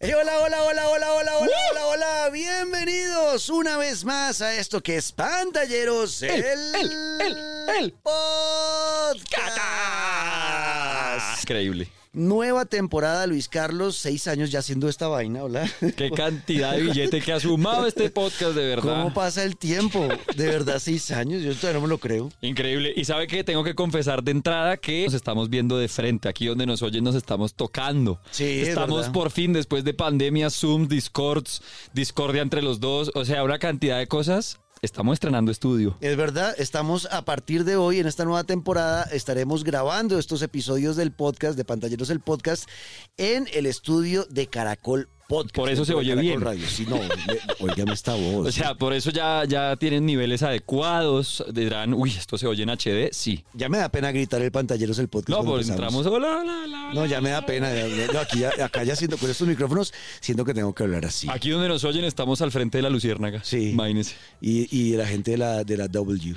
Eh, hola, hola, hola, hola, hola, hola, hola, hola. Bienvenidos una vez más a esto que es Pantalleros, el, el, el, el. podcast. Increíble. Nueva temporada, Luis Carlos, seis años ya haciendo esta vaina, hola. Qué cantidad de billete que ha sumado este podcast, de verdad. ¿Cómo pasa el tiempo? De verdad, seis años, yo todavía no me lo creo. Increíble. Y sabe que tengo que confesar de entrada que nos estamos viendo de frente. Aquí donde nos oyen nos estamos tocando. Sí, es Estamos verdad. por fin, después de pandemia, Zoom, Discords, discordia entre los dos. O sea, una cantidad de cosas. Estamos estrenando estudio. Es verdad, estamos a partir de hoy en esta nueva temporada, estaremos grabando estos episodios del podcast, de Pantalleros el Podcast, en el estudio de Caracol Podcast. Por eso se Dentro de oye Caracol bien. Radio. Sí, no, me- óigame esta voz. O sea, por eso ya, ya tienen niveles adecuados. Dirán, uy, esto se oye en HD. Sí. ya me da pena gritar el Pantalleros el Podcast. No, cuando pues empezamos. entramos. Hola, hola, hola. No, ya me da pena. ya- ya- no, aquí, ya- acá ya siento con estos micrófonos, siento que tengo que hablar así. Aquí donde nos oyen estamos al frente de la luciérnaga. Sí. Imagínense. Y, y la gente de la, de la W.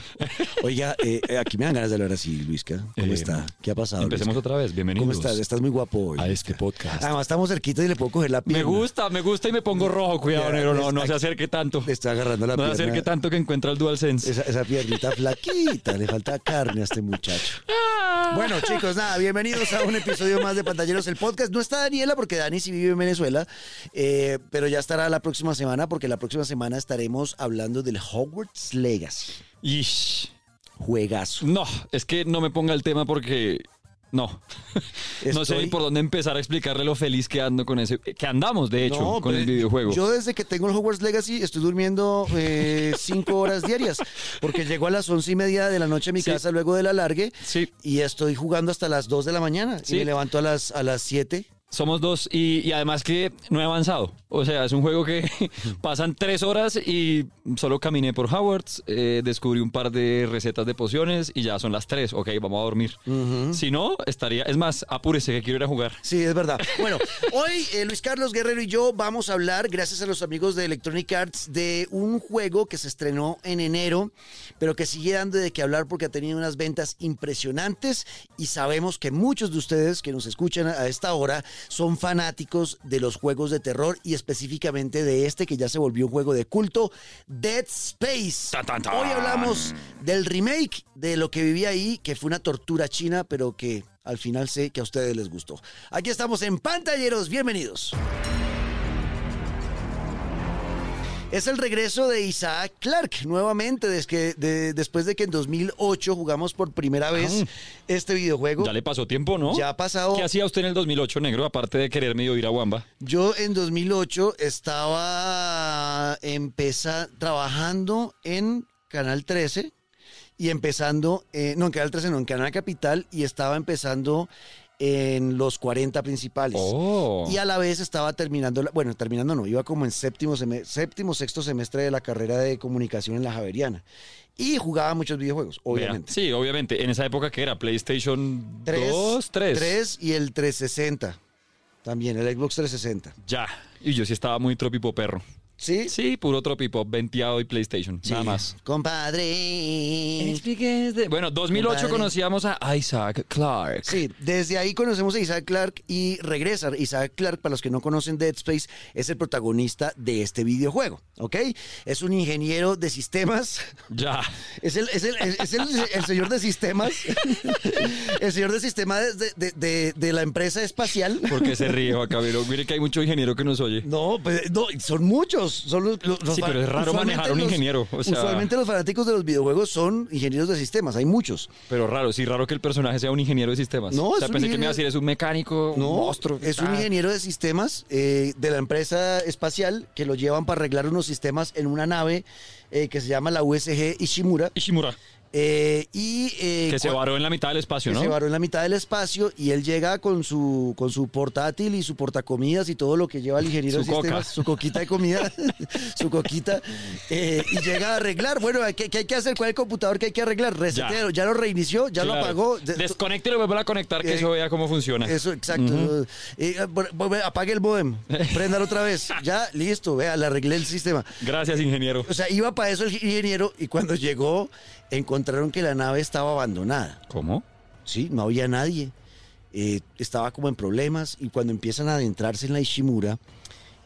Oiga, eh, eh, aquí me dan ganas de hablar así, Luisca. ¿Cómo Eh, está? ¿Qué ha pasado? Empecemos Luisca? otra vez. Bienvenidos. ¿Cómo estás? Estás muy guapo hoy. a este podcast. Además, estamos cerquitos y le puedo coger la pierna. Me gusta, me gusta y me pongo rojo, cuidado, Ya, negro, no, es- no se acerque tanto. Le está ¿eh? agarrando la No se pierna. acerque tanto que encuentra el DualSense. Esa, esa piernita flaquita, le falta carne a este muchacho. Ah. Bueno, chicos, nada, bienvenidos a un episodio más de Pantalleros, el podcast. No está Daniela porque Dani sí vive en Venezuela, eh, pero ya estará la próxima semana porque la próxima semana estaremos hablando del Hogwarts Legacy. Ish. Juegazo. No, es que no me ponga el tema porque no. No sé Estoy- ni por dónde empezar a explicarle lo feliz que ando con ese que andamos de hecho No, con pero eh, el videojuego. Yo desde que tengo el Hogwarts Legacy estoy durmiendo eh, cinco horas diarias, porque llego a las once y media de la noche a mi Sí. casa luego del alargue Sí, y estoy jugando hasta las dos de la mañana Sí. y me levanto a las a las siete. somos dos y, y además que no he avanzado. O sea, es un juego que pasan tres horas y solo caminé por Howard's, eh, descubrí un par de recetas de pociones y ya son las tres. Ok, vamos a dormir. Si no, estaría... Es más, apúrese que quiero ir a jugar. Sí, es verdad. Bueno, hoy eh, Luis Carlos Guerrero y yo vamos a hablar, gracias a los amigos de Electronic Arts, de un juego que se estrenó en enero, pero que sigue dando de qué hablar porque ha tenido unas ventas impresionantes y sabemos que muchos de ustedes que nos escuchan a a esta hora son fanáticos de los juegos de terror y específicamente de este que ya se volvió un juego de culto, Dead Space. Tan, tan, tan. Hoy hablamos del remake de lo que vivía ahí, que fue una tortura china, pero que al final sé que a ustedes les gustó. Aquí estamos en Pantalleros, bienvenidos. Es el regreso de Isaac Clark nuevamente desde que- de- después de que en 2008 jugamos por primera vez Ah. este videojuego. Ya le pasó tiempo, ¿no? Ya ha pasado. ¿Qué hacía usted en el 2008, negro, aparte de querer medio ir a Wamba? Yo en 2008 estaba empeza, trabajando en Canal 13 y empezando, eh, no en Canal 13, no, en Canal Capital y estaba empezando en los 40 principales. Oh. Y a la vez estaba terminando, la- bueno, terminando no, iba como en séptimo, seme- séptimo, sexto semestre de la carrera de comunicación en la Javeriana. Y jugaba muchos videojuegos, Vea, obviamente. Sí, obviamente. En esa época que era PlayStation 2, 3. 3 y el 360. También, el Xbox 360. Ya. Y yo sí estaba muy tropipo perro. ¿Sí? Sí, puro tropipo, venteado y PlayStation. Nada Sí. más. Compadre. este Bueno, 2008 Compadre. conocíamos a Isaac Clarke. Sí, desde ahí conocemos a Isaac Clark y regresa. Isaac Clark, para los que no conocen Dead Space, es el protagonista de este videojuego, ¿ok? Es un ingeniero de sistemas, Ya. es el, es el- es- es el- el señor de sistemas, el señor de sistemas de, de- de- de la empresa espacial. Porque se ríe, Juan Cabero. Mire que hay mucho ingeniero que nos oye. No, pues, no, son muchos. Son los, los- los Sí, fa- pero es raro usualmente manejar a un los- ingeniero, o sea- Usualmente los fanáticos de los videojuegos son ingenieros de sistemas, hay muchos. Pero raro, sí, raro que el personaje sea un ingeniero de sistemas. No, o sea, es un pensé que me iba ingeniero- a decir, es un mecánico, No, un monstruo. es un Ah. ingeniero de sistemas eh, de la empresa espacial que lo llevan para arreglar unos sistemas en una nave eh, que se llama la USG Ishimura. Ishimura. eh, y, eh, Que se cua- varó en la mitad del espacio, que ¿no? se varó en la mitad del espacio y él llega con su, con su portátil y su portacomidas y todo lo que lleva el ingeniero Su de sistemas, coca. su coquita de comida, su coquita, eh, y llega a arreglar. Bueno, ¿qué, qué hay que hacer? ¿Cuál es el computador que hay que arreglar? Resetero, ya, lo reinició, ya lo Claro. apagó. De- Desconecte y lo vuelvo a conectar, que Eh, eso vea cómo funciona. Eso, exacto. Eh, bu- bu- apague el modem, préndalo otra vez. Ya, listo, vea, le arreglé el sistema. Gracias, ingeniero. O sea, iba para eso el ingeniero y cuando llegó encontraron que la nave estaba abandonada, ¿Cómo? ¿sí? No había nadie. eh, estaba como en problemas y cuando empiezan a adentrarse en la Ishimura,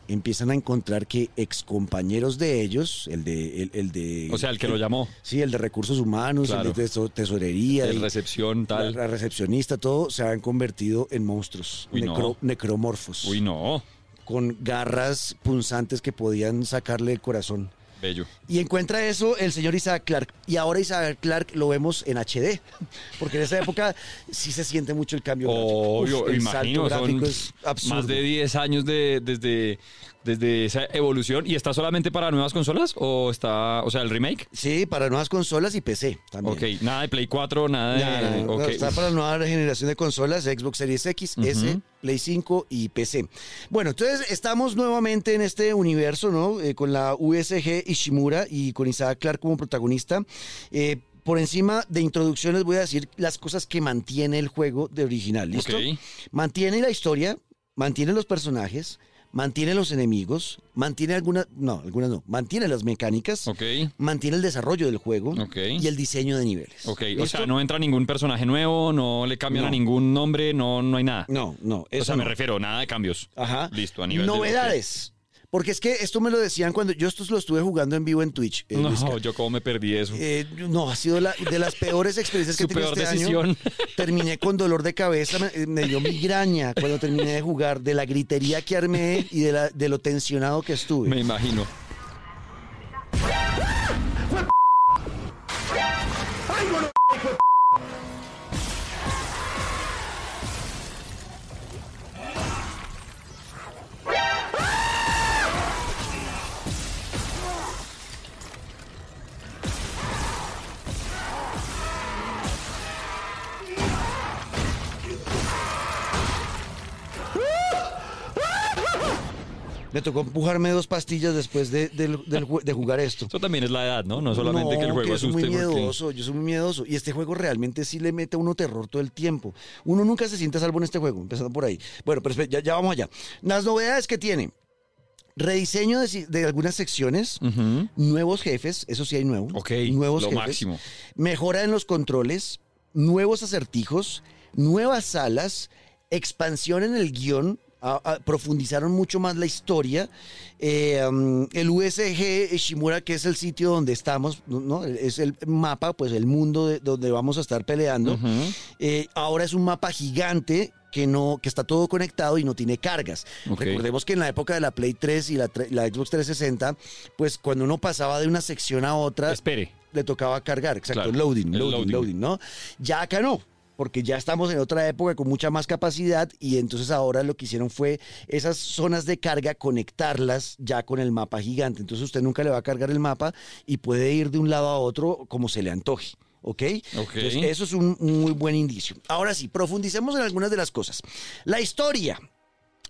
empiezan a encontrar que excompañeros de ellos, el de... El, el de O sea, el que lo llamó. Sí, el de recursos humanos, Claro. el de teso- tesorería, El y recepción, la, tal. la recepcionista, todo, se han convertido en monstruos, Uy, no. necro- necromorfos, Uy, no. con garras punzantes que podían sacarle el corazón. Bello. Y encuentra eso el señor Isaac Clark. Y ahora Isaac Clark lo vemos en HD. Porque en esa época sí se siente mucho el cambio Obvio, gráfico. Uf, el imagino, salto son gráfico es absurdo. más de 10 años de, desde, desde esa evolución. ¿Y está solamente para nuevas consolas? ¿O está, o sea, el remake? Sí, para nuevas consolas y PC también. Ok, nada de Play 4, nada de... Ya, no, no, ok. Está para la nueva generación de consolas, Xbox Series X, S, Play 5 y PC. Bueno, entonces estamos nuevamente en este universo, ¿no? Eh, con la USG Ishimura y con Isaac Clark como protagonista. Eh, por encima de introducciones voy a decir las cosas que mantiene el juego de original, ¿listo? Ok. Mantiene la historia, mantiene los personajes, mantiene los enemigos, mantiene algunas, no, algunas no, mantiene las mecánicas, Ok, mantiene el desarrollo del juego Ok. y el diseño de niveles. ok. O ¿Listo? sea, no entra ningún personaje nuevo, no le cambian a No. ningún nombre, no, no hay nada. No, no. Eso o sea, me no. refiero, nada de cambios. Ajá. Listo, a nivel de- Novedades. Porque es que esto me lo decían cuando yo esto lo estuve jugando en vivo en Twitch. eh, Luisca. No, yo como me perdí eso. Eh, no, ha sido la- de las peores experiencias que he Su tenido peor este año. decisión. Terminé con dolor de cabeza, me, eh, me dio migraña cuando terminé de jugar, de la gritería que armé y de, la- de lo tensionado que estuve. Me imagino. Me tocó empujarme dos pastillas después de, del- del ju- de jugar esto. Eso también es la edad, ¿no? No solamente que el juego yo soy asuste. muy porque- miedoso, yo soy muy miedoso. Y este juego realmente sí le mete a uno terror todo el tiempo. Uno nunca se siente a salvo en este juego, empezando por ahí. Bueno, pero espera, ya, ya vamos allá. Las novedades que tiene. Rediseño de, si- de algunas secciones, Ujú. nuevos jefes, eso sí hay nuevo. Ok, nuevos lo jefes, máximo. Mejora en los controles, nuevos acertijos, nuevas salas, expansión en el guión. a- a- profundizaron mucho más la historia. eh, um, el USG Shimura, que es el sitio donde estamos, ¿no? es el mapa, pues el mundo de- donde vamos a estar peleando. Ujú. Eh, ahora es un mapa gigante que, no, que está todo conectado y no tiene cargas. Ok. Recordemos que en la época de la Play 3 y la, tre- la Xbox 360, pues cuando uno pasaba de una sección a otra, Espere. le tocaba cargar. Exacto, Claro, loading, el loading, loading. loading, ¿no? Ya acá no. Porque ya estamos en otra época con mucha más capacidad y entonces ahora lo que hicieron fue esas zonas de carga conectarlas ya con el mapa gigante. Entonces usted nunca le va a cargar el mapa y puede ir de un lado a otro como se le antoje. ¿Ok? Ok. Entonces, eso es un muy buen indicio. Ahora sí, profundicemos en algunas de las cosas. La historia.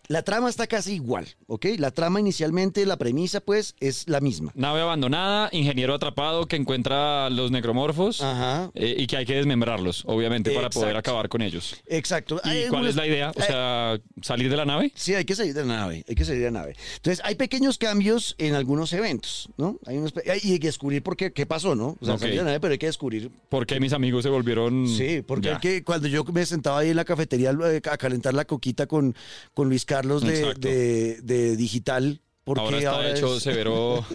La trama está casi igual, ¿ok? La trama inicialmente, la premisa, pues, es la misma. Nave abandonada, ingeniero atrapado que encuentra a los necromorfos Ajá. eh, y que hay que desmembrarlos, obviamente, para Ah. poder Exacto. acabar con ellos. Exacto. ¿Y Hay cuál algunos- es eh. la idea? O hay- sea, salir de la nave. Sí, hay que salir de la nave, hay que salir de la nave. Entonces, hay pequeños cambios en algunos eventos, ¿no? Hay unos pe- y hay que descubrir por qué, qué pasó, ¿no? O sea, Ok. salir de la nave, pero hay que descubrir. ¿Por qué mis amigos se volvieron? Sí, porque Ya. hay que- cuando yo me sentaba ahí en la cafetería eh, a calentar la coquita con, con Luis Carlos de, Exacto. de- de digital, porque ahora está hecho es- severo.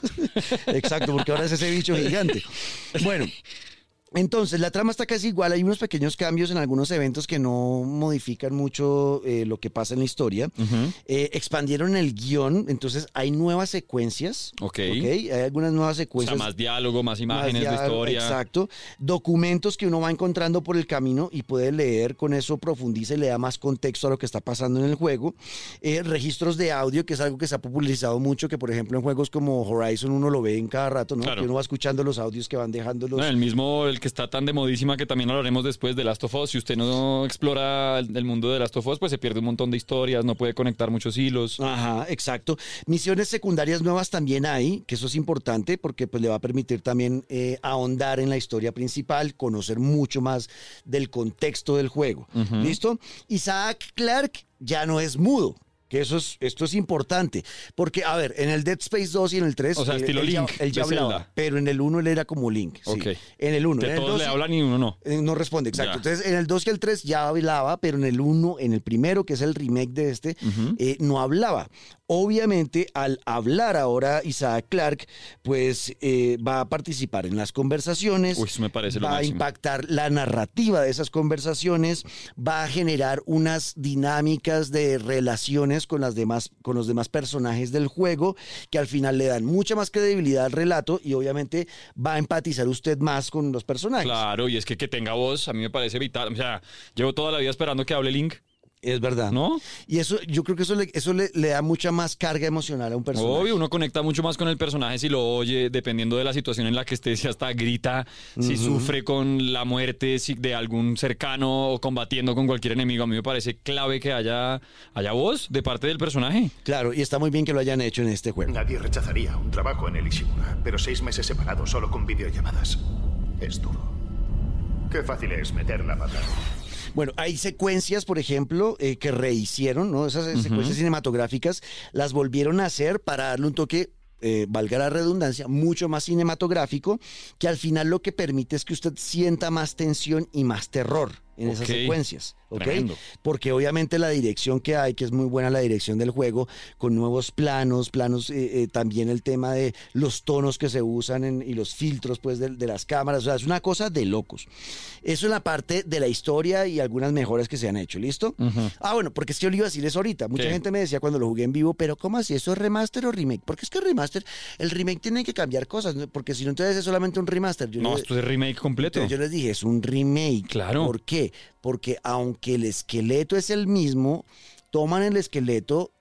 Exacto, porque ahora es ese bicho gigante. Bueno. Entonces, la trama está casi igual, hay unos pequeños cambios en algunos eventos que no modifican mucho eh, lo que pasa en la historia. Ujú. Eh, expandieron el guión, entonces hay nuevas secuencias. Ok. ok, Hay algunas nuevas O sea, secuencias. más diálogo, más más imágenes ya- de historia. Exacto. Documentos que uno va encontrando por el camino y puede leer, con eso profundiza y le da más contexto a lo que está pasando en el juego. Eh, registros de audio, que es algo que se ha popularizado mucho, que por ejemplo en juegos como Horizon uno lo ve en cada rato, ¿no? Claro. Que uno va escuchando los audios que van dejando los, No, el mismo, el que está tan de modísima que también hablaremos después de Last of Us. Si usted no explora el el mundo de Last of Us, pues se pierde un montón de historias, no puede conectar muchos hilos. Ajá, exacto. Misiones secundarias nuevas también hay, que eso es importante porque pues, le va a permitir también eh, ahondar en la historia principal, conocer mucho más del contexto del juego. ¿Listo? Isaac Clark ya no es mudo. Que eso es, esto es importante. Porque, a ver, en el Dead Space 2 y en el 3. O sea, él- estilo él ya- Link él ya de hablaba. Zelda. Pero en el 1 él era como Link. sí. Ok. En el 1. Que todos le hablan y uno no. Eh, No responde, exacto. Ya. Entonces, en el 2 y el 3 ya hablaba, pero en el 1, en el primero, que es el remake de este, eh, no hablaba. Obviamente, al hablar ahora Isaac Clark, pues eh, va a participar en las conversaciones. Uy, eso me parece lo va a máximo. impactar la narrativa de esas conversaciones, va a generar unas dinámicas de relaciones con, las demás, con los demás personajes del juego que al final le dan mucha más credibilidad al relato y obviamente va a empatizar usted más con los personajes. Claro, y es que que tenga voz a mí me parece vital. O sea, llevo toda la vida esperando que hable Link, Es verdad. ¿no? Y eso, yo creo que eso, le, eso le, le da mucha más carga emocional a un personaje. Obvio, uno conecta mucho más con el personaje si lo oye, dependiendo de la situación en la que esté, si hasta grita, si sufre con la muerte si- de algún cercano o combatiendo con cualquier enemigo. A mí me parece clave que haya, haya voz de parte del personaje. Claro, y está muy bien que lo hayan hecho en este juego. Nadie rechazaría un trabajo en el Ishimura, pero seis meses separados solo con videollamadas. Es duro. Qué fácil es meter la pata. Bueno, hay secuencias, por ejemplo, eh, que rehicieron, ¿no? Esas eh, secuencias cinematográficas las volvieron a hacer para darle un toque. eh, valga la redundancia, mucho más cinematográfico, que al final lo que permite es que usted sienta más tensión y más terror en esas Ok. secuencias. ¿ok? Tremendo. Porque obviamente la dirección que hay, que es muy buena la dirección del juego, con nuevos planos, planos, eh, eh, también el tema de los tonos que se usan en- y los filtros pues de, de las cámaras, o sea, es una cosa de locos. Eso es la parte de la historia y algunas mejoras que se han hecho, ¿listo? Ah, bueno, porque es que yo le iba a decir eso ahorita. Mucha ¿Qué? gente me decía cuando lo jugué en vivo, pero ¿cómo así? ¿Eso es remaster o remake? Porque es que remaster, el remake tiene que cambiar cosas, ¿no? porque si no, entonces es solamente un remaster. Yo No, le- esto es remake completo. entonces yo les dije, es un remake. Claro. ¿Por qué? Porque aunque el esqueleto es el mismo, toman el esqueleto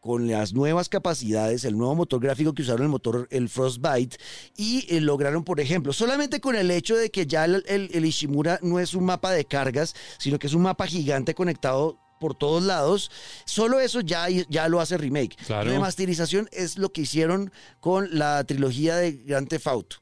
con las nuevas capacidades, el nuevo motor gráfico que usaron el motor, el Frostbite, y eh, lograron, por ejemplo, solamente con el hecho de que ya el, el- el Ishimura no es un mapa de cargas, sino que es un mapa gigante conectado por todos lados, solo eso ya, ya lo hace remake. Claro. Remasterización es lo que hicieron con la trilogía de Grand Theft Auto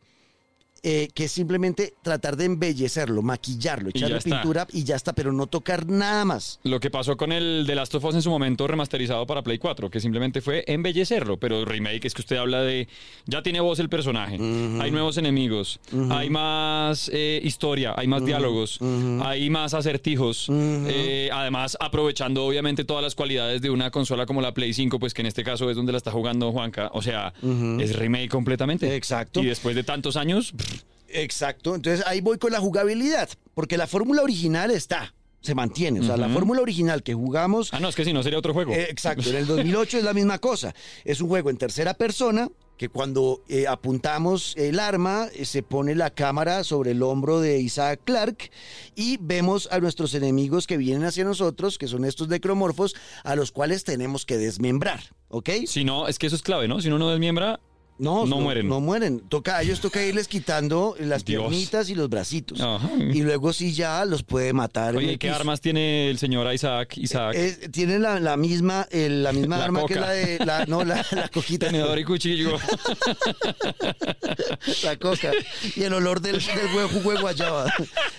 eh, que es simplemente tratar de embellecerlo, maquillarlo, ya echarle está. pintura y ya está, pero no tocar nada más. Lo que pasó con el The Last of Us en su momento remasterizado para Play 4, que simplemente fue embellecerlo, pero remake es que usted habla de, ya tiene voz el personaje, hay nuevos enemigos, hay más eh, historia, hay más diálogos, hay más acertijos, eh, además aprovechando obviamente todas las cualidades de una consola como la Play 5, pues que en este caso es donde la está jugando Juanca, o sea, es remake completamente. Exacto. Y después de tantos años, pff, Exacto, entonces ahí voy con la jugabilidad, porque la fórmula original está, se mantiene, o sea, la fórmula original que jugamos ah, no, es que si no sería otro juego. Eh, exacto, en el 2008 es la misma cosa. Es un juego en tercera persona que cuando eh, apuntamos el arma eh, se pone la cámara sobre el hombro de Isaac Clark y vemos a nuestros enemigos que vienen hacia nosotros, que son estos necromorfos, a los cuales tenemos que desmembrar, ¿ok? Si no, es que eso es clave, ¿no? Si uno no desmiembra, No mueren. No mueren. Toca, a ellos toca irles quitando las Dios. piernitas y los bracitos. Ajá. Y luego sí ya los puede matar. en Oye, el ¿y ¿qué piso. armas tiene el señor Isaac? Isaac, Es- tiene la, la misma, el- la misma La arma que coca. la de la, no, la, la cojita, tenedor y pues, cuchillo. la coca. Y el olor del, del hue- jugo de guayaba.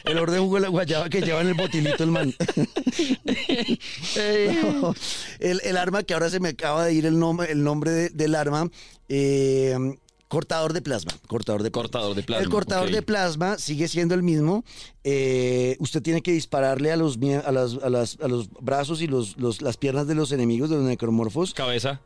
El olor del jugo de guayaba que lleva en el botinito el man. No, el, el arma que ahora se me acaba de ir el, nom- el nombre de- del arma. eh, cortador de plasma. Cortador de plasma. Cortador de plasma, El cortador ok. de plasma sigue siendo el mismo. eh, usted tiene que dispararle a los, mie- a las- a las- a los brazos y los, los- las piernas de los enemigos, de los necromorfos. ¿Cabeza?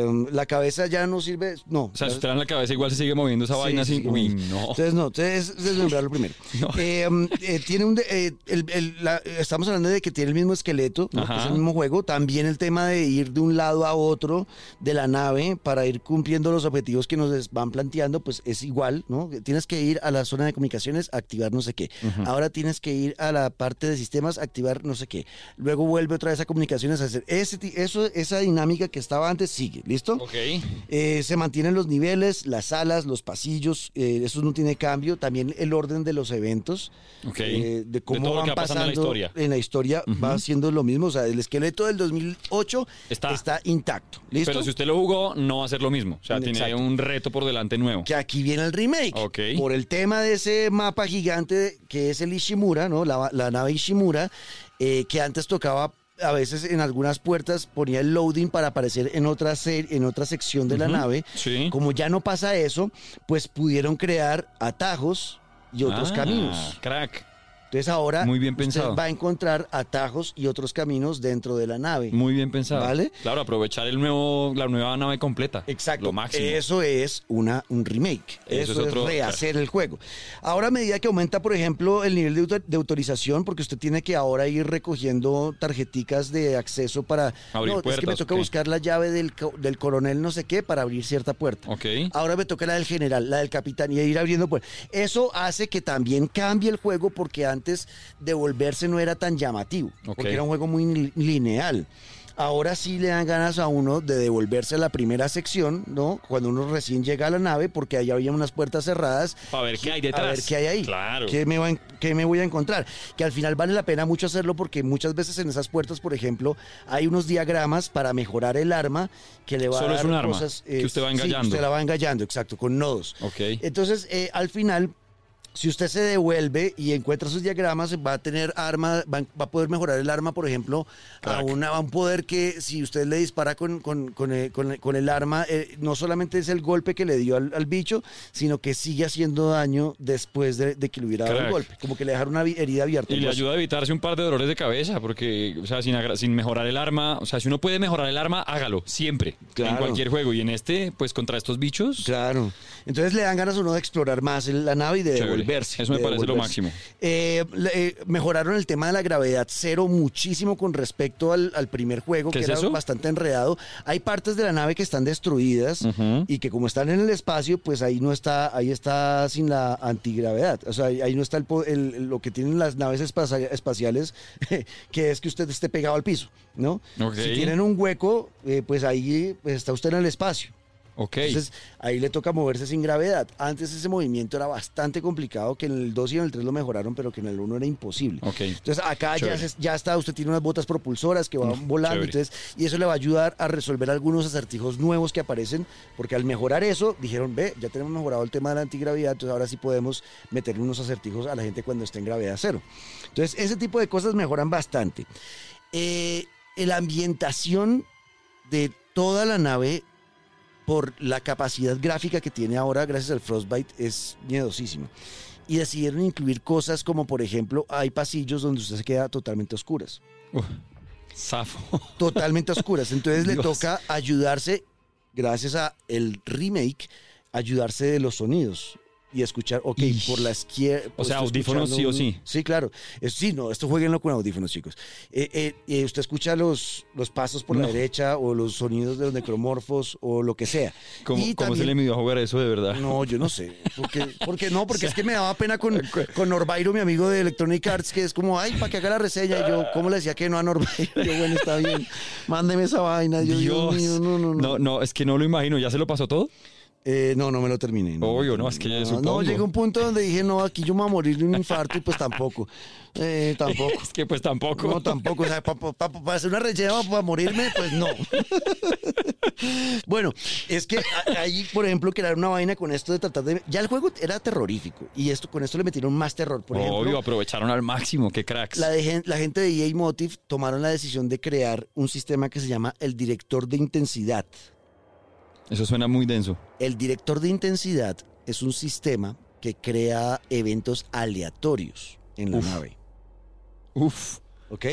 Eh, la cabeza ya no sirve, no. o sea, La- si usted le da en la cabeza igual se sigue moviendo esa Sí, vaina sí, sin... sí. Uy, no. Entonces, no, entonces es desmembrarlo primero. No. Eh, mm, eh, tiene un. de- eh, el- el- la- eh, estamos hablando de que tiene el mismo esqueleto, ¿no? Ajá. es el mismo juego. También el tema de ir de un lado a otro de la nave para ir cumpliendo los objetivos que nos van planteando, pues es igual, ¿no? Tienes que ir a la zona de comunicaciones, activar no sé qué. Ahora tienes que ir a la parte de sistemas, activar no sé qué. Luego vuelve otra vez a comunicaciones a hacer. Ese, ti- eso, esa dinámica que estaba antes sigue, ¿listo? Ok. Eh, se mantienen los niveles, las salas, los pasillos, eh, eso no tiene cambio. También el orden de los eventos, Ok. eh, de De cómo todo lo van que va pasando pasando en la historia. en la historia va siendo lo mismo. O sea, el esqueleto del 2008 está, Está. intacto. ¿Listo? Pero si usted lo jugó, no va a ser lo mismo. O sea, tiene Exacto. un reto por delante nuevo. Que aquí viene el remake. Ok. Por el tema de ese mapa gigante que es el Ishimura, ¿no? La, la nave Ishimura, eh, que antes tocaba a veces en algunas puertas ponía el loading para aparecer en otra, se- en otra sección de la nave. sí. Como ya no pasa eso, pues pudieron crear atajos y otros Ah, caminos. Crack. Entonces ahora Muy bien usted pensado. va a encontrar atajos y otros caminos dentro de la nave. Muy bien pensado. ¿Vale? Claro, aprovechar el nuevo, la nueva nave completa. Lo máximo. Eso es una, un remake. Eso, Eso es es, otro- rehacer el juego. Ahora, a medida que aumenta, por ejemplo, el nivel de, auto- de autorización, porque usted tiene que ahora ir recogiendo tarjeticas de acceso para. Abrir no, es que me puertas, toca ok. buscar la llave del, co- del coronel, no sé qué, para abrir cierta puerta. Ok. Ahora me toca la del general, la del capitán y ir abriendo puertas. Eso hace que también cambie el juego porque antes devolverse no era tan llamativo, Ok. porque era un juego muy li- lineal. Ahora sí le dan ganas a uno de devolverse a la primera sección, ¿no? Cuando uno recién llega a la nave, porque ahí había unas puertas cerradas. Para ver qué hay detrás. A ver qué hay ahí. Claro. ¿Qué me, va en- qué me voy a encontrar? Que al final vale la pena mucho hacerlo porque muchas veces en esas puertas, por ejemplo, hay unos diagramas para mejorar el arma que le va Solo a es dar un arma cosas, eh, que usted va sí, engallando. usted la va engallando, exacto, con nodos. Ok. Entonces, eh, al final, si usted se devuelve y encuentra sus diagramas, va a tener arma, va, va a poder mejorar el arma, por ejemplo, a, Crack. una- a un poder que si usted le dispara con, con- con, eh, con- con el arma, eh, no solamente es el golpe que le dio al, al bicho, sino que sigue haciendo daño después de, de que le hubiera dado el Crack. golpe. Como que le dejaron una vi- herida abierta. Y le Pues, ayuda a evitarse un par de dolores de cabeza, porque, o sea, sin, agra- sin mejorar el arma, o sea, si uno puede mejorar el arma, hágalo, siempre, Claro. en cualquier juego. Y en este, pues contra estos bichos, Claro. Entonces le dan ganas a uno de explorar más el- la nave y de Chévere. devolverse. Eso me de parece lo devolverse. máximo. Eh, le- eh, mejoraron el tema de la gravedad cero muchísimo con respecto al, al primer juego, ¿Qué que es era eso? bastante enredado. Hay partes de la nave que están destruidas y que como están en el espacio, pues ahí no está, ahí está sin la antigravedad. O sea, ahí ahí no está el po- el- lo que tienen las naves espacia- espaciales, que es que usted esté pegado al piso, ¿no? Ok. Si tienen un hueco, eh, pues ahí pues, está usted en el espacio. ok. Entonces ahí le toca moverse sin gravedad. Antes ese movimiento era bastante complicado, que en el 2 y en el 3 lo mejoraron, pero que en el 1 era imposible. Ok. Entonces acá ya, Chévere. se- ya está, usted tiene unas botas propulsoras que van volando, chévere. entonces, y eso le va a ayudar a resolver algunos acertijos nuevos que aparecen, porque al mejorar eso, dijeron, ve, ya tenemos mejorado el tema de la antigravedad, entonces ahora sí podemos meterle unos acertijos a la gente cuando esté en gravedad cero. Entonces, ese tipo de cosas mejoran bastante. Eh, la ambientación de toda la nave por la capacidad gráfica que tiene ahora gracias al Frostbite es miedosísima. Y decidieron incluir cosas como, por ejemplo, hay pasillos donde usted se queda totalmente a oscuras. Uf, Zafo. Totalmente a oscuras. Entonces le Dios. toca ayudarse, gracias a el remake, ayudarse de los sonidos. Y escuchar, ok, Ish. por la izquierda. pues, O sea, estoy audífonos sí o escuchando un- sí. Sí, claro. Eh, sí, no, esto jueguenlo con audífonos, chicos. Eh, eh, eh, usted escucha los, los pasos por la No. derecha o los sonidos de los necromorfos o lo que sea. ¿Cómo, Y cómo se también- le midió a jugar eso de verdad? no, yo no sé. Porque, porque no, porque es que me daba pena con, con Norbairo, mi amigo de Electronic Arts, que es como, ay, para que haga la reseña. Y yo, ¿cómo le decía que no a Norbairo? Yo, bueno, está bien. Mándeme esa vaina. Yo, Dios, mío, no, no, no. no, es que no lo imagino. ¿Ya se lo pasó todo? Eh, no, no me lo terminé. me lo Obvio, terminé. no, es que no, No, supongo. llegó un punto donde dije, no, aquí yo me voy a morir de un infarto y pues tampoco. Eh, tampoco. Es que pues tampoco. No, tampoco. O sea, para hacer una relleva, para morirme, pues no. bueno, es que a- ahí, por ejemplo, crearon una vaina con esto de tratar de. Ya el juego era terrorífico y esto con esto le metieron más terror. Por Obvio, ejemplo, aprovecharon al máximo. Qué cracks. la, de gen- la gente de EA Motive tomaron la decisión de crear un sistema que se llama el director de intensidad. Eso suena muy denso. El director de intensidad es un sistema que crea eventos aleatorios en la Uf. nave. Uf. ¿ok?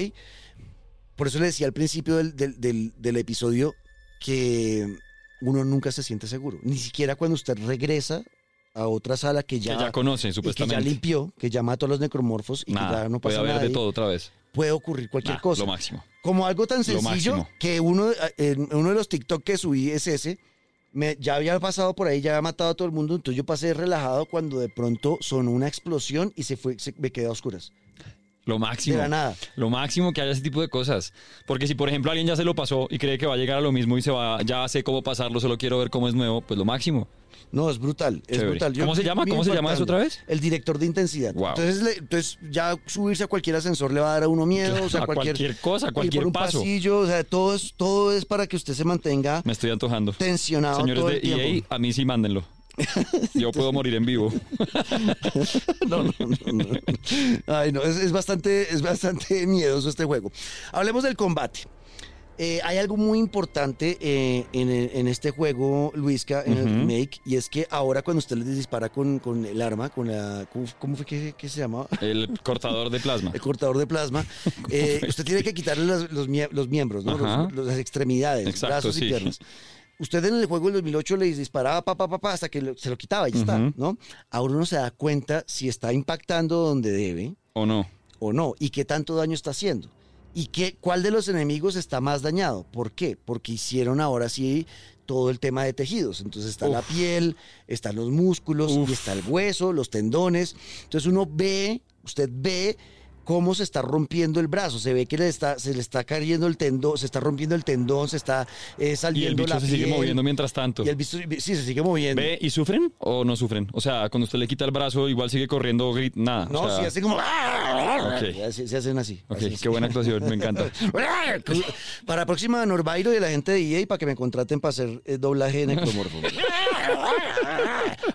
Por eso le decía al principio del, del- del- del episodio que uno nunca se siente seguro, ni siquiera cuando usted regresa a otra sala que ya, que ya conocen, y que ya supuestamente. limpió, que ya mató a los necromorfos y que Nada, ya no puede pasa haber nada. de ahí, todo otra vez. Puede ocurrir cualquier Nah, cosa. Lo máximo. Como algo tan sencillo máximo. que uno, eh, en uno de los TikTok que subí es ese. me- ya había pasado por ahí, ya había matado a todo el mundo, entonces yo pasé relajado cuando de pronto sonó una explosión y se fue, se- me quedé a oscuras. Lo máximo. De la nada. Lo máximo que haya ese tipo de cosas. Porque si, por ejemplo, alguien ya se lo pasó y cree que va a llegar a lo mismo y se va, ya sé cómo pasarlo, solo quiero ver cómo es nuevo, pues lo máximo. No, es brutal, es Chévere. brutal. ¿Cómo se llama? bien ¿Cómo se llama eso impactante. otra vez? El director de intensidad. Wow. Entonces, le- entonces ya subirse a cualquier ascensor le va a dar a uno miedo, o sea, a cualquier, cualquier, cosa, a cualquier por un paso. pasillo, o sea, todo es, todo es para que usted se mantenga Me estoy antojando. tensionado Señores todo de E el tiempo. EA, a mí sí mándenlo. Yo puedo morir en vivo. No, no, no, no. Ay, no, es, es bastante, es bastante miedoso este juego. Hablemos del combate. Eh, hay algo muy importante eh, en, en este juego, Luisca, en el remake, y es que ahora cuando usted les dispara con, con el arma, con la. ¿Cómo, cómo fue que, que se llamaba? El cortador de plasma. El cortador de plasma. eh, usted tiene que quitarle las- los, mie- los miembros, ¿no? Ajá. Los- los- las extremidades, Exacto, brazos y sí. piernas. Usted en el juego del 2008 le disparaba pa, pa, pa, pa, hasta que lo- se lo quitaba y ya está, Ujú. ¿no? Ahora uno se da cuenta si está impactando donde debe ¿O no? o no y qué tanto daño está haciendo. ¿Y qué, cuál de los enemigos está más dañado? ¿Por qué? Porque hicieron ahora sí todo el tema de tejidos. Entonces está la Uf. piel, están los músculos, Uf. y está el hueso, los tendones. Entonces uno ve, usted ve cómo se está rompiendo el brazo. Se ve que le está, se le está cayendo el tendón, se está rompiendo el tendón, se está eh, Y el saliendo la bicho se sigue piel. moviendo mientras tanto. Y el bicho- sí, se sigue moviendo. ¿Ve y sufren o no sufren? O sea, cuando usted le quita el brazo, igual sigue corriendo, grit, nada. No, o sea, sí, así como... Se, se hacen así. Ok, hacen así. qué buena actuación, me encanta. Para la próxima, Norbairo y la gente de EA para que me contraten para hacer eh, doblaje en ectomorfo.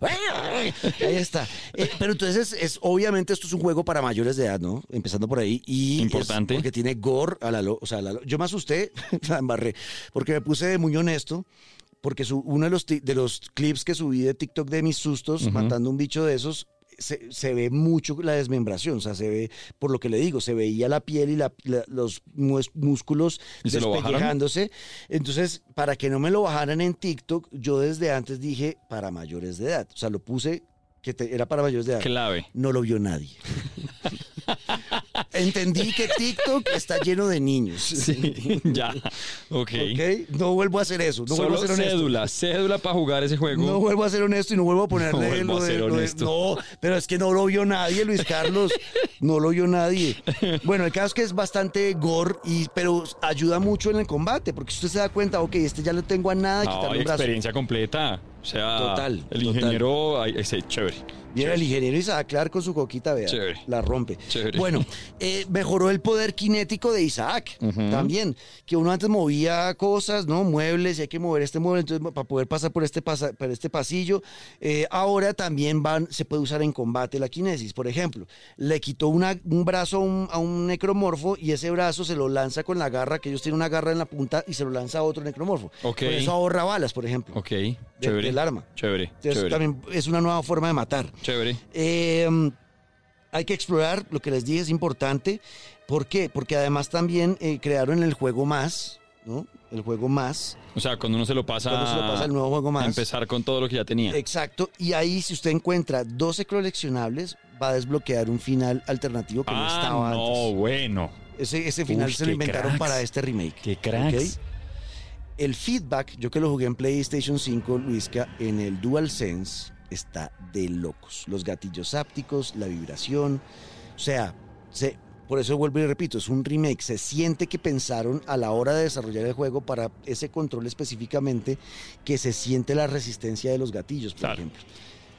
ahí está. Eh, pero entonces, es, es- obviamente, esto es un juego para mayores de edad, ¿no? Empezando por ahí. Y es Importante. porque tiene gore a la. lo- O sea, a la lo- yo me asusté, la embarré, porque me puse muy honesto. Porque su- uno de los, ti- de los clips que subí de TikTok de mis sustos, matando un bicho de esos, se, se ve mucho la desmembración, o sea, se ve, por lo que le digo, se veía la piel y la- la- los mues- músculos ¿Y se lo bajaron? despellejándose. Entonces, para que no me lo bajaran en TikTok, yo desde antes dije para mayores de edad. O sea, lo puse que te- era para mayores de edad. Clave. No lo vio nadie. Entendí que TikTok está lleno de niños. Sí, ya. Ok. ¿Ok? No vuelvo a hacer eso. No vuelvo Solo a ser honesto. cédula, cédula para jugar ese juego. No vuelvo a ser honesto y no vuelvo a ponerle vuelvo lo a de- ser lo de- honesto. No, pero es que no lo vio nadie, Luis Carlos. No lo vio nadie. Bueno, el caso es que es bastante gore, y, pero ayuda mucho en el combate, porque usted se da cuenta, ok, este ya lo tengo a nada, de No, quitarle hay un brazo. experiencia completa. O sea, Total, total. el ingeniero, ay, ese, chévere. Viene el ingeniero Isaac Clark con su coquita, vea, Chévere. la rompe. Chévere. Bueno, eh, mejoró el poder cinético de Isaac también, que uno antes movía cosas, ¿no? Muebles, y hay que mover este mueble entonces, para poder pasar por este, pasa- por este pasillo. Eh, ahora también van, se puede usar en combate la kinesis, por ejemplo. Le quitó una- un brazo a un, a un necromorfo y ese brazo se lo lanza con la garra, que ellos tienen una garra en la punta y se lo lanza a otro necromorfo. Ok. Por eso ahorra balas, por ejemplo. Ok, chévere. del arma. Chévere, Entonces, chévere. también es una nueva forma de matar. Chévere. Eh, hay que explorar, lo que les dije es importante. ¿Por qué? Porque además también eh, crearon el juego más, ¿no? El juego más. O sea, cuando uno se lo pasa, Cuando se lo pasa el nuevo juego a más. empezar con todo lo que ya tenía. Exacto. Y ahí, si usted encuentra 12 coleccionables, va a desbloquear un final alternativo que no ah, estaba no, antes. bueno. Ese, ese final Uy, se lo qué inventaron cracks. para este remake. Qué cracks. ¿ok? El feedback, yo que lo jugué en PlayStation 5, Luisca, en el DualSense está de locos. Los gatillos ápticos, la vibración. O sea, se- por eso vuelvo y repito, es un remake. Se siente que pensaron a la hora de desarrollar el juego para ese control específicamente que se siente la resistencia de los gatillos, por Claro. ejemplo.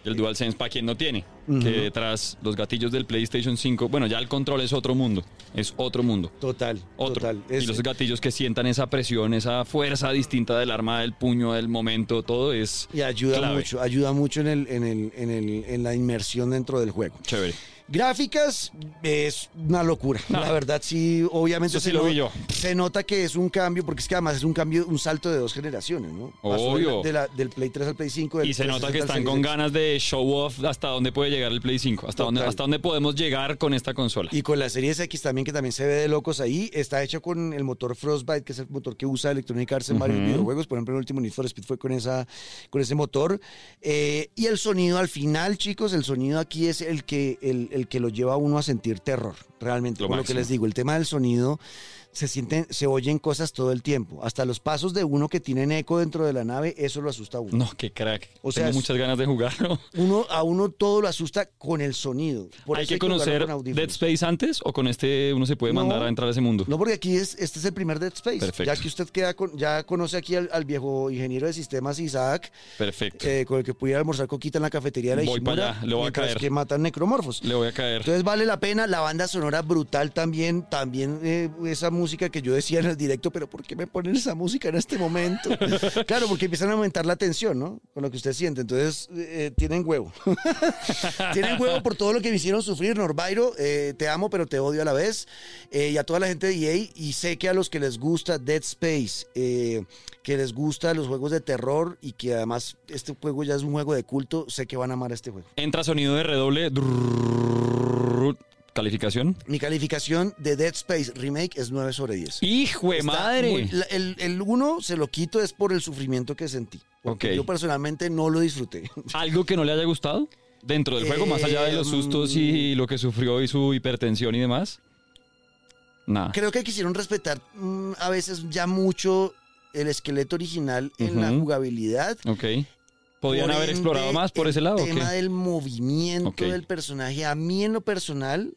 El DualSense para quien no tiene. Ujú. Que detrás los gatillos del PlayStation 5, bueno, ya el control es otro mundo. Es otro mundo. Total, Otro. total. y Es- los gatillos que sientan esa presión, esa fuerza distinta del arma, del puño, del momento, todo es y ayuda clave. mucho, ayuda mucho en, el- en el- en el- en la inmersión dentro del juego. chévere. Gráficas es una locura. La verdad, sí, obviamente Eso sí se, lo vi yo. se nota que es un cambio, porque es que además es un cambio, un salto de dos generaciones, ¿no? Pasó Obvio. de la- de la- del Play 3 al Play 5. del Y se nota que 360 al están Series con X. ganas de show off hasta dónde puede llegar el Play 5, hasta, dónde, Total. hasta dónde podemos llegar con esta consola. Y con la Series X también, que también se ve de locos ahí. Está hecho con el motor Frostbite, que es el motor que usa Electronic Arts en varios Ujú. videojuegos. Por ejemplo, el último Need for Speed fue con, esa, con ese motor. Eh, y el sonido al final, chicos, el sonido aquí es el que, el, el que lo lleva a uno a sentir terror, realmente. Lo Por lo que máximo. les digo, el tema del sonido se sienten, se oyen cosas todo el tiempo. Hasta los pasos de uno que tienen eco dentro de la nave, eso lo asusta a uno. No, qué crack. O O sea, sea, es- Tengo muchas ganas de jugarlo. Uno, a uno todo lo asusta con el sonido. Por ¿Hay eso que jugarlo conocer con audífonos. Dead Space antes o con este uno se puede No. mandar a entrar a ese mundo? No, porque aquí es, este es el primer Dead Space. Perfecto. Ya que usted queda con- ya conoce aquí al, al viejo ingeniero de sistemas Isaac, Perfecto. eh, con el que pudiera almorzar coquita en la cafetería de la Voy Ishimura, para allá, lo va a mientras caer. que matan necromorfos. Le voy a caer. Entonces vale la pena, la banda sonora brutal también, también eh, esa música que yo decía en el directo, pero ¿por qué me ponen esa música en este momento? claro, porque empiezan a aumentar la tensión, ¿no? Con lo que usted siente. Entonces, eh, tienen huevo. tienen huevo por todo lo que me hicieron sufrir, Norbairo. Eh, te amo, pero te odio a la vez. Eh, y a toda la gente de EA. Y sé que a los que les gusta Dead Space, eh, que les gusta los juegos de terror y que además este juego ya es un juego de culto, sé que van a amar este juego. Entra sonido de redoble. Drrrrrrrrrrrrrrrrrrrrrrrrrrrrrrrrrrrrrrrrrrrrrrrrrrrrrrrrrrrr. Calificación. Mi calificación de Dead Space Remake es 9 sobre 10. ¡Hijo de Está madre! muy- la- el, el uno se lo quito es por el sufrimiento que sentí. Porque Ok. yo personalmente no lo disfruté. ¿Algo que no le haya gustado dentro del juego, más allá de los Em, sustos y lo que sufrió y su hipertensión y demás? Nada. Creo que quisieron respetar mm, a veces ya mucho el esqueleto original en la Ujú. jugabilidad. Ok. ¿Podían Por haber ende, explorado más por el ese lado? o tema qué? del movimiento Ok. del personaje. A mí en lo personal,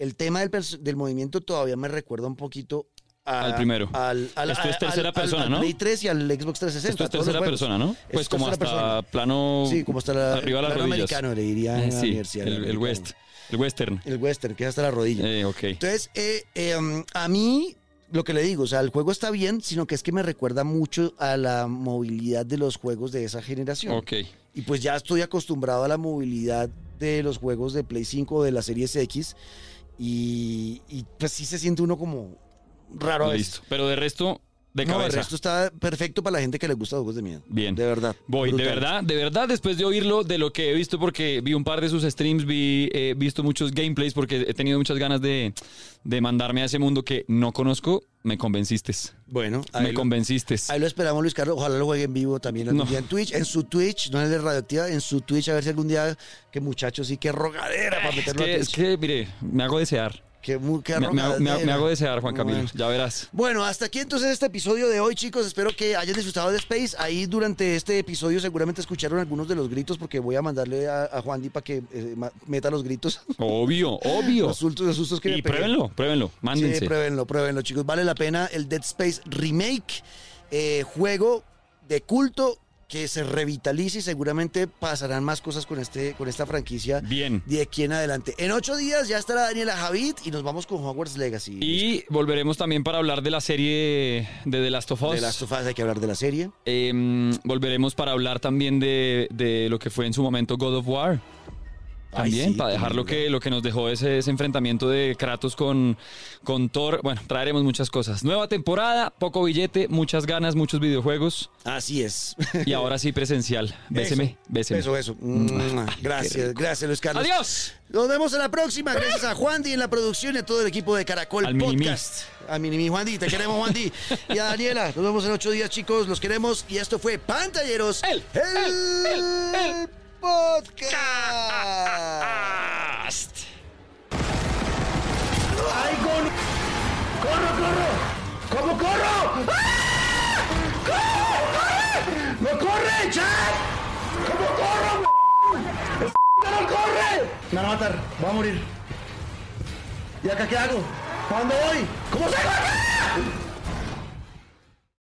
el tema del, perso- del movimiento todavía me recuerda un poquito a- Al primero. Al, al- Esto es al- tercera al- persona, al ¿no? Play 3 y al Xbox 360. Esto es a todos los tercera juegos. persona, ¿no? Es Pues como hasta tercera persona. plano. Sí, como hasta la, Arriba de las plano rodillas. americano, le diría Eh, en la sí, universidad. el, el americano. West. El Western. El western, que es hasta la rodilla. Eh, ok. Entonces, eh, eh, um, a mí, lo que le digo, o sea, el juego está bien, sino que es que me recuerda mucho a la movilidad de los juegos de esa generación. Ok. Y pues ya estoy acostumbrado a la movilidad de los juegos de Play 5 o de la Series X. Y, y, pues sí se siente uno como raro a veces. Listo. Pero de resto, de No, el cabeza. resto está perfecto para la gente que le gusta los juegos de miedo. Bien. De verdad. Voy, de Brutal. verdad, de verdad, después de oírlo, de lo que he visto, porque vi un par de sus streams, vi, he visto muchos gameplays, porque he tenido muchas ganas de, de mandarme a ese mundo que no conozco, me convenciste. Bueno, Me ahí lo, convenciste. ahí lo esperamos, Luis Carlos. Ojalá lo juegue en vivo también algún No. día en Twitch. En su Twitch, no en el de Radioactiva, en su Twitch. A ver si algún día, que muchachos, sí, qué rogadera para Es meterlo que, a es Twitch. que, mire, me hago desear. Qué mu- qué Me, me hago, me hago- me hago arrogadera. desear, Juan Camilo. Bueno. Ya verás. Bueno, hasta aquí entonces este episodio de hoy, chicos. Espero que hayan disfrutado de Space. Ahí durante este episodio seguramente escucharon algunos de los gritos porque voy a mandarle a, a Juandi para que eh, ma- meta los gritos, Obvio, obvio. los sustos, los sustos que me Y pegué. pruébenlo, pruébenlo. Mándense. Sí, pruébenlo, pruébenlo, chicos. Vale la pena el Dead Space Remake, eh, juego de culto que se revitalice y seguramente pasarán más cosas con, este, con esta franquicia Bien. de aquí en adelante. En ocho días ya estará Daniela Javid y nos vamos con Hogwarts Legacy. Y volveremos también para hablar de la serie de The Last of Us. de las tofas hay que hablar de la serie. Em, volveremos para hablar también de, de lo que fue en su momento God of War. Ay, También, sí, para dejar lo también, que, lo que nos dejó ese, ese enfrentamiento de Kratos con, con Thor. Bueno, traeremos muchas cosas. Nueva temporada, poco billete, muchas ganas, muchos videojuegos. Así es. Y ahora sí, presencial. Béseme, béseme. Mm, Eso, eso. Mua. Gracias, gracias Luis Carlos. ¡Adiós! Nos vemos en la próxima. Gracias a Juandi en la producción y a todo el equipo de Caracol Al Minimi. Podcast. A Minimi Juandi, te queremos Juandi. Y a Daniela, nos vemos en ocho días chicos, los queremos. Y esto fue Pantalleros, El, el, el podcast. Ast. ¡Ay, con... ¡Corro, corro! ¿Cómo corro? ¡Ah! ¡Corre, corre! ¡No corre, chat! ¿Cómo corro, m-? ¡El no corre! Me van a matar, voy a morir. ¿Y acá qué hago? ¿Cuándo voy? ¿Cómo se corre?